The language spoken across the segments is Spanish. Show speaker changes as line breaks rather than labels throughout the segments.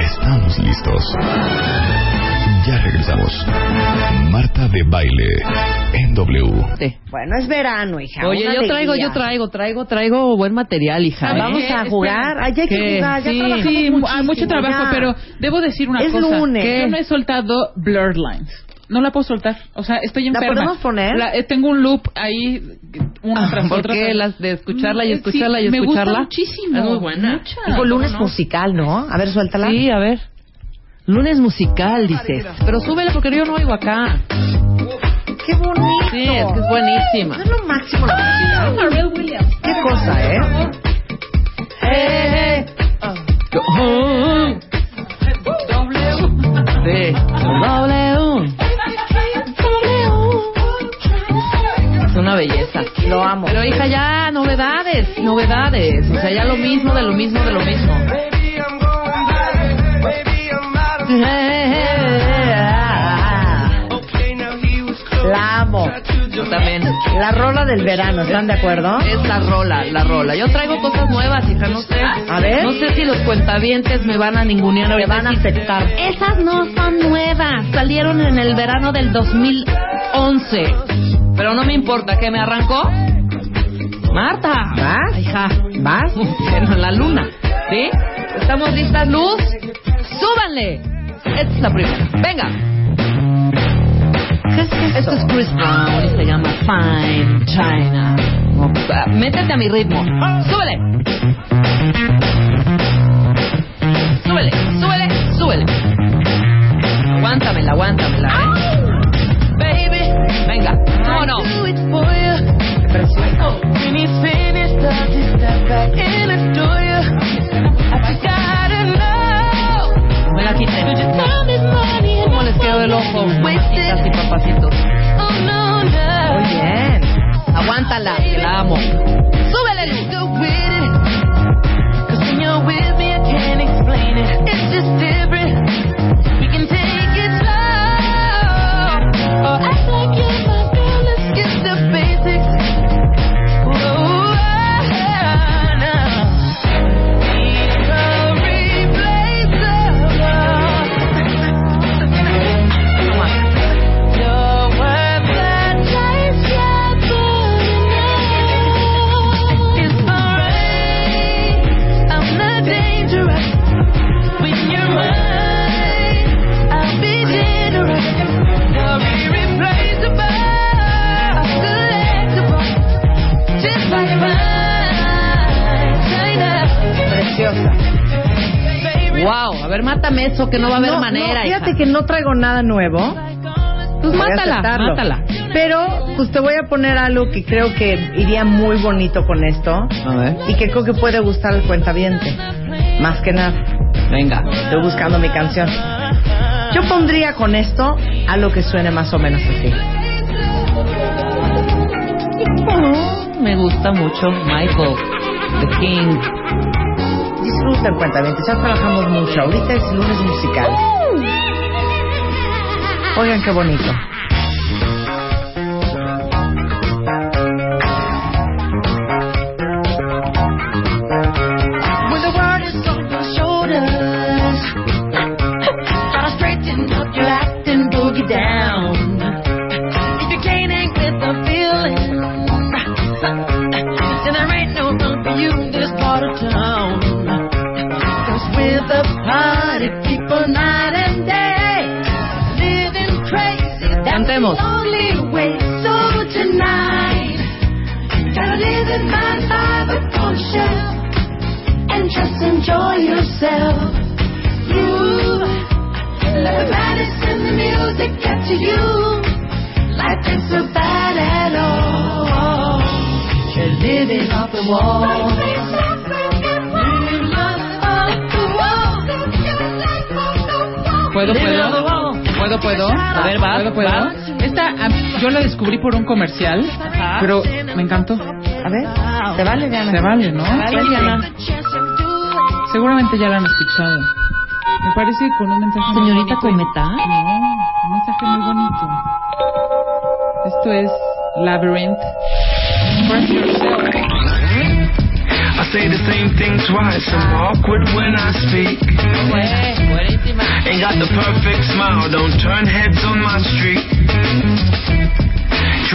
Estamos listos. Ya regresamos. Marta de baile en W.
Bueno, es verano, hija.
Oye,
una
yo traigo,
alegría.
yo traigo, traigo, traigo buen material, hija. ¿eh?
Vamos a jugar. Ay, ya hay que
¿Qué?
jugar. Ya
Sí,
trabajamos
Sí, mu- hay mucho
muchísimo,
trabajo,
ya.
pero debo decir una
Es
cosa.
lunes.
que
¿Qué?
Yo no he soltado Blurred Lines. No la puedo soltar. O sea, estoy
¿La
enferma.
podemos poner? Ah,
La- eh, tengo un loop ahí, una tras
¿Por
otra.
qué?
tras-
Las de escucharla y
Mm,
escucharla y
sí,
escucharla.
Me gusta muchísimo.
Es muy buena.
Mucha.
Dijo lunes
¿Cómo no?
musical, ¿no? A ver, suéltala.
Sí, a ver. Lunes musical, dices. Pero súbela porque yo no oigo acá.
Qué bonito.
Sí, es que es buenísima.
Es lo máximo. Qué cosa, ¿eh?
Oh. Sí. W. Es una belleza.
Lo amo.
Pero hija, ya novedades, novedades. O sea, ya lo mismo, de lo mismo, de lo mismo. Eh, ah.
La amo.
Yo también.
La rola del verano, ¿están de acuerdo?
Es la rola, la rola. Yo traigo cosas nuevas, hija, no sé.
A ver.
No sé si los cuentavientes me van a ningunear
Me
ahorita.
van a aceptar.
Esas no son nuevas. Salieron en el verano del 2011. Pero no me importa, ¿qué me arrancó? Marta.
¿Vas?
Hija.
¿Vas?
Bueno, la luna. ¿Sí? ¿Estamos listas, Luz? ¡Súbanle! Esta es la primera. Venga. Esto es Chris Brown y se llama Fine China. Ah, Métete a mi ritmo. ¡Súbele! Súbele, súbele, súbele. Aguántamela, aguántamela. ¿eh? Baby, venga. ¿Cómo no? Me la quité. ¿Cómo les quedó el ojo? Papitas y papacitos.
Oh, Muy bien.
Aguántala, que la amo. ¡Súbele!
Oh, Preciosa.
¡Wow! A ver, mátame eso, que no va a haber
No,
manera.
no, fíjate
hija.
que no traigo nada nuevo.
Pues
Voy a
mátala,
aceptarlo.
mátala.
Pero, pues te voy a poner algo que creo que iría muy bonito con esto.
A ver.
Y que creo que puede gustar al cuentaviente. Más que nada,
Venga.
estoy buscando mi canción. Yo pondría con esto algo que suene más o menos así.
Me gusta mucho Michael, The King.
Disfruten cuentavientes, ya trabajamos mucho. Ahorita es lunes musical. Oigan qué bonito.
When the world is on your shoulders, gotta straighten up your act and boogie down. If you can't hang with the feeling, then there ain't no room for you in this part of town. Cause we're the party people night and day, living crazy. That's the
Cantemos.
only way. So tonight, gotta live in my life a conscious and just enjoy yourself. Groove. Let the madness in the music get to you. Life ain't so bad at all. You're living off the wall.
puedo, puedo. Puedo, puedo.
A ver, vas,
Puedo, puedo.
vas.
Esta, ah, yo la descubrí por un comercial,
Ajá.
pero me encantó.
A ver, ¿te vale, Diana?
Se vale, ¿no?
Vale,
Sí.
Diana.
Seguramente ya la han escuchado. Me parece con un mensaje muy
Señorita
bonito.
Cometa.
No, un mensaje muy bonito. Esto es Labyrinth. Express yourself.
I say the same thing twice. I'm awkward when I speak.
Güey, buenísima.
Ain't got the perfect smile. Don't turn heads on my street.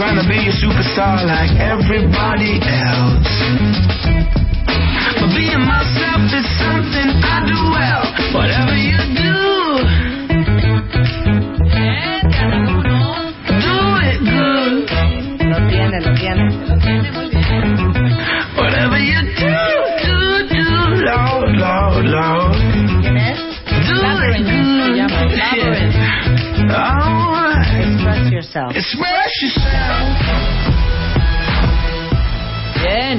Trying to be a superstar like everybody else. But being myself is something I do well. Whatever you do, do it good.
Lo tiene, lo tiene.
Whatever you do, do, do, Lord, Lord, Lord. Do it good. Yeah. Alright.
Express yourself.
Express yourself.
Bien.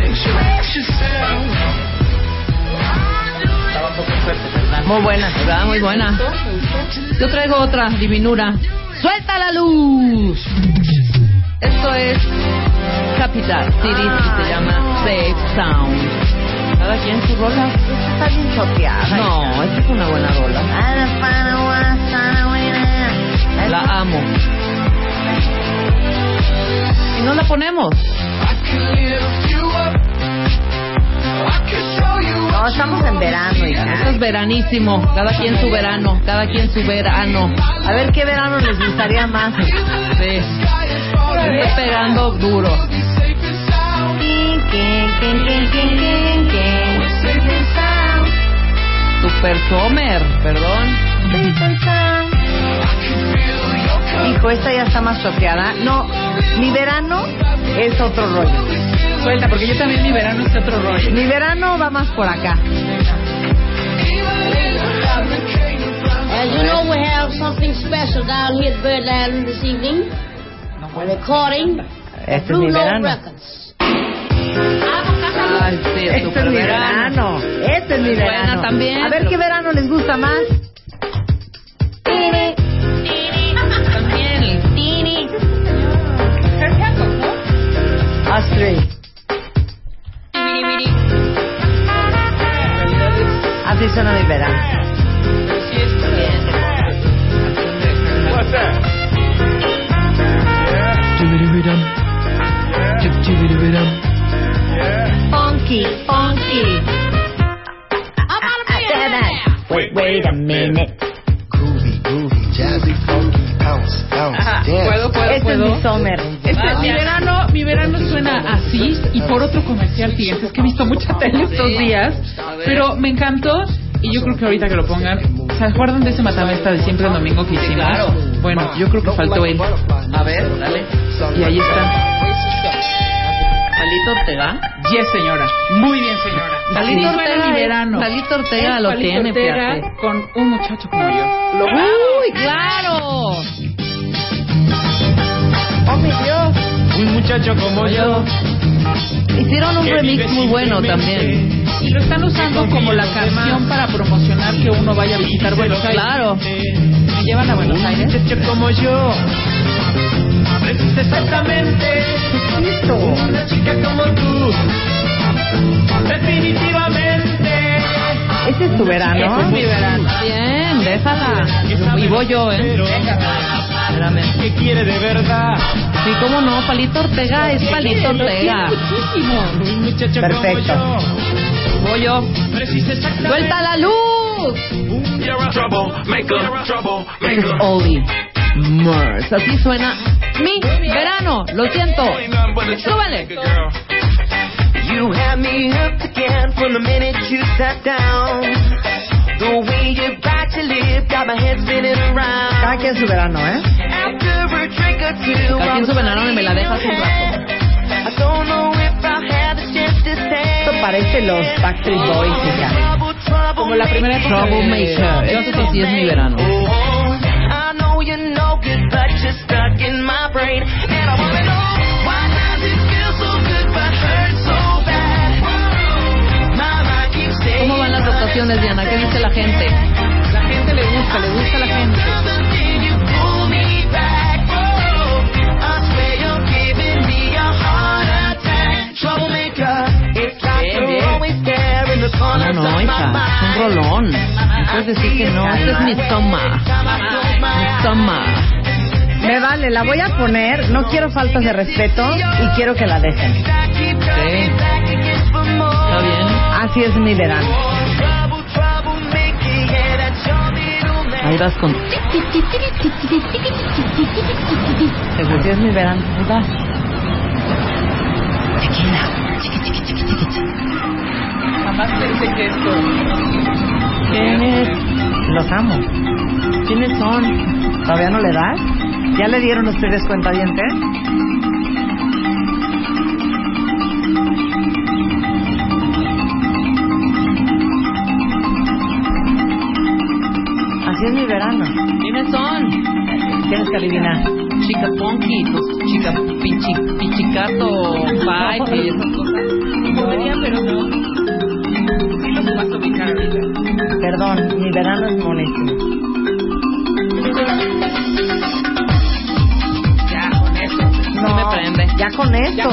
Express yourself.
Muy buena. ¿verdad? Muy buena. Yo traigo otra divinura. ¡Suelta la luz! Esto es Capital City, se llama Safe Sound. Cada quien su rola.
Está bien choteada.
No, esta es una buena rola. La amo. Y no la ponemos.
I can lift you up. I can show you
No, estamos en verano,
Esto
hija.
es veranísimo. Cada quien su verano. Cada quien su verano.
A ver qué verano les gustaría más.
Sí. Está pegando duro. Super Summer, perdón.
Hijo, esta ya está más choteada. No, mi verano es otro rollo.
Suelta, porque yo también mi verano es otro rollo.
Mi verano va más por acá.
As you know, we have something special down here at Bird Island this evening. We're recording
Este es
Blue
mi
Note
verano.
Records.
Ay, sí,
Este es
super
mi verano.
verano.
Este es mi
Buena
verano.
también.
A ver qué verano les gusta más.
También.
Us three. Así suena mi verano. Funky, funky. Ah,
Wait, wait a minute.
Groovy, groovy, jazzy, funky, bounce, bounce,
Ajá,
dance.
puedo, puedo,
Este es
puedo.
mi summer.
Este,
Gracias.
mi verano, mi verano suena así y por otro comercial, fíjense, es que he visto mucha tele estos
Sí.
días,
A ver.
pero me encantó y yo creo que ahorita que lo pongan, ¿se acuerdan de ese matamesta de siempre el domingo que hicimos?
claro.
Bueno, yo creo que faltó él.
A ver, dale.
Y ahí está.
Palito Ortega.
Yes, señora. Muy bien, señora. Así
Palito
suena
Ortega
mi
es-
verano.
Palito Ortega lo
Palito
tiene,
Ortega
fíjate.
con un muchacho como yo.
Uy, claro.
Oh, mi Dios.
Un muchacho como yo.
Hicieron un
que
remix
vive
muy bueno también.
simplemente.
Y lo están usando como la canción para promocionar que uno vaya a visitar Buenos Aires.
Claro.
Me llevan a Buenos
Un
Aires.
muchacho como yo. Es exactamente una chica como tú. Definitivamente.
Este es tu verano.
Ese es mi verano.
Bien, déjala. Y voy yo, ¿eh? Espérame.
¿Qué quiere de verdad?
Sí, cómo no, Palito Ortega es Palito Ortega.
Un muchacho
Perfecto.
como yo.
Voy yo.
Precisa exactamente.
¡Suelta la luz!
You're a troublemaker,
Es
troublemaker.
Oli Murs. Así suena mi verano. Lo siento. Súbale.
You had me hooked again from the minute you sat down. The way you got your lip got my head spinning
Cada
around.
quien su verano, ¿eh?
After a drink or two,
Cada quien su verano y me la dejas un rato.
I don't know if I had the chance to stay.
Esto parece los Backstreet Boys, hija.
Trouble, trouble,
Como la primera época de-
Troublemaker. Esto sí es mi verano.
Oh, I know you know good, but you're stuck in my brain. And I wanna know why does it feel so good, but hurt so bad? My mind keeps saying
¿Cómo van las votaciones, Diana? ¿Qué dice la gente?
La gente le gusta.
gusta, le gusta a la gente. No, no, hija, es un rolón. No Puedes decir que no, este es mi toma. Mi toma.
Me vale, la voy a poner. No quiero faltas de respeto y quiero que la dejen.
Está bien.
Así es mi verano.
Ahí vas con.
Así es mi verano. Ahí vas.
Jamás pensé que esto.
¿Quiénes? Los amo. ¿Quiénes son? ¿Todavía no le das? ¿Ya le dieron ustedes cuenta diente? Así es mi verano.
¿Quiénes son?
Tienes que adivinar.
Chica Ponky, pues, chica pichi, pichicato, pipe y esas cosas. Podría, pero no. Sí los paso mi cara ahorita.
Perdón, mi verano es monísimo.
Ya, con eso. No, me prende.
Ya con esto.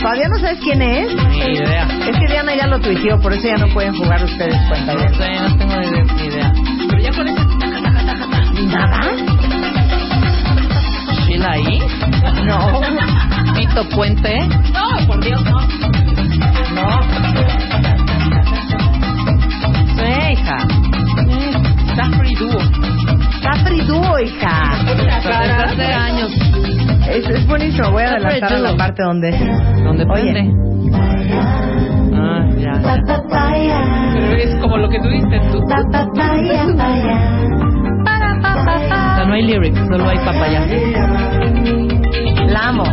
¿Todavía no sabes quién es?
Ni idea.
Es que Diana ya lo tuiteó, por eso ya no pueden jugar ustedes cuenta
No
diente.
sé, no tengo ni- ni idea. Pero ya con eso. taca, taca, taca, taca.
¿Nada?
¿Sheila ahí?
No.
Tito Puente. No, por Dios, no. No. Sí, hija. Safri Duo.
Capri Dúo, hija.
Desde hace años.
Es, es buenísimo. Voy a
Capri
adelantar a la
Dúo.
parte donde.
¿Dónde
Oye.
prende? Ah, ya.
Pero es como lo que tú dices tú.
O sea, no hay lyrics, solo hay papaya.
La amo.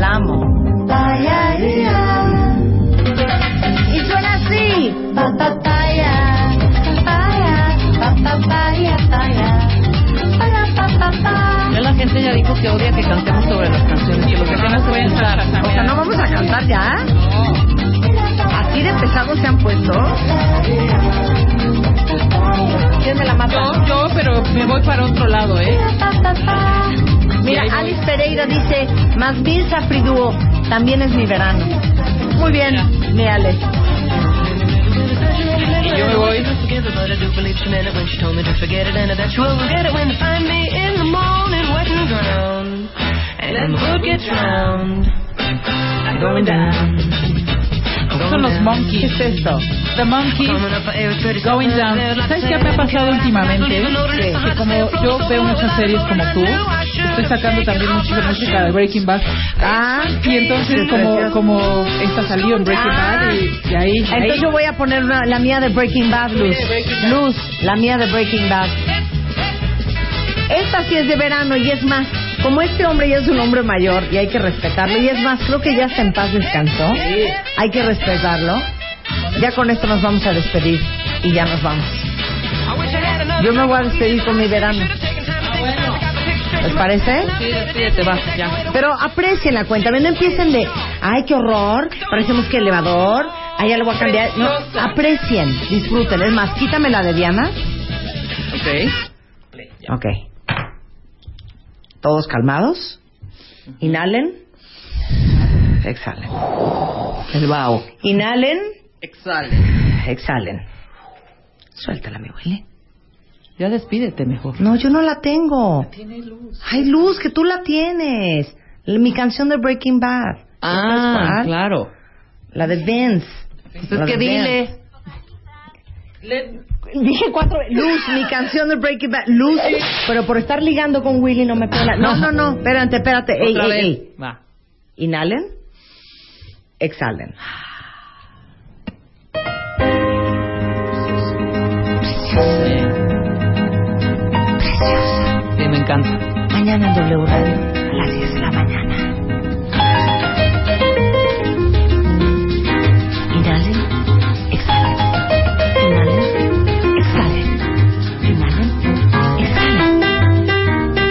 La amo.
Y suena así. Pa, pa, paya, pa, paya, pa, pa, paya, paya. Pa, la, pa, pa, pa.
Ya la gente ya dijo que odia que cantemos sobre las canciones. Que lo que apenas voy a entrar.
O sea, ¿no vamos a cantar ya? ¿Así de pesados se han puesto? ¿Quién me la mata?
Yo, yo, pero me voy para otro lado, ¿eh?
Pa, pa, pa.
Mira, Alice Pereira dice, más bien Safriduo, también es mi verano. Muy bien, mi Alice.
Y yo me voy. Son los
¿Qué
monkeys.
es esto?
The
eh,
monkeys going down. ¿Sabes qué me ha pasado últimamente?
¿Qué?
Que como yo veo muchas series como tú, estoy sacando también mucha música de Breaking Bad.
Ah,
Y entonces como, como esta salió en Breaking Bad y, y ahí,
Entonces
ahí-
yo voy a poner una- la mía de Breaking Bad, Luz. Luz, la mía de Breaking Bad. Esta sí es de verano y es más, como este hombre ya es un hombre mayor y hay que respetarlo, y es más, creo que ya está en paz descansó, hay que respetarlo. Ya con esto nos vamos a despedir y ya nos vamos. Yo me voy a despedir con mi verano.
Ah,
¿Les parece?
Sí, despídete, vas, ya.
Pero aprecien la cuenta, no empiecen de, ay, qué horror, parecemos que elevador, ay, ya lo voy a cambiar. No, aprecien, disfruten. Es más, quítame la de Diana. Ok. Todos calmados. Inhalen. Exhalen. El vaho. Inhalen. Exhalen. Exhalen. Suéltala, mi huele.
Ya despídete mejor.
No, yo no la tengo. Ay, Luz, que tú la tienes. L- Mi canción de Breaking Bad.
Ah,
¿Sabes cuál?
claro.
La de Vince.
Entonces, Pues que dile.
Dije cuatro veces. Luz, mi canción de Breaking Bad. Luz, pero por estar ligando con Willy no me pela. No, no, no. Espérate, espérate. Ey,
Otra
ey,
vez.
ey.
Va.
Inhalen. Exhalen.
Sí, me encanta.
Mañana en W Radio a las 10 de la mañana. Inhalen, exhalen. Inhalen, exhalen. Inhalen, exhalen.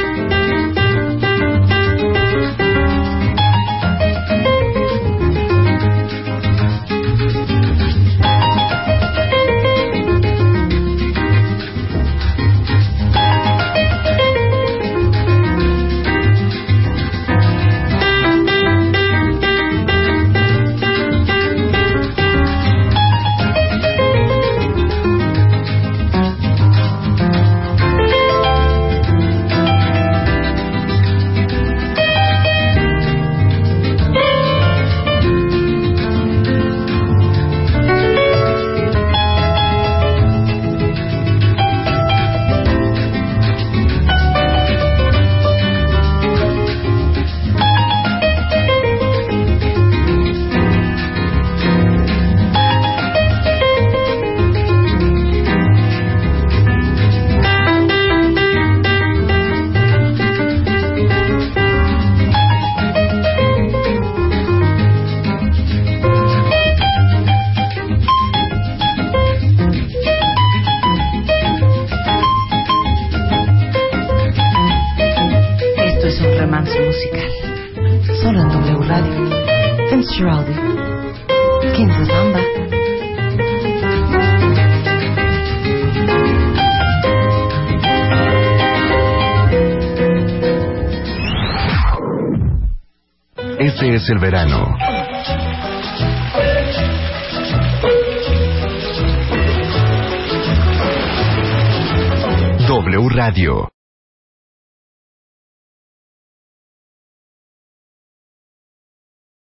remanso musical. Solo en W Radio. Vince Giraldi. King Zamba.
Este es el verano. W Radio.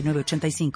906985.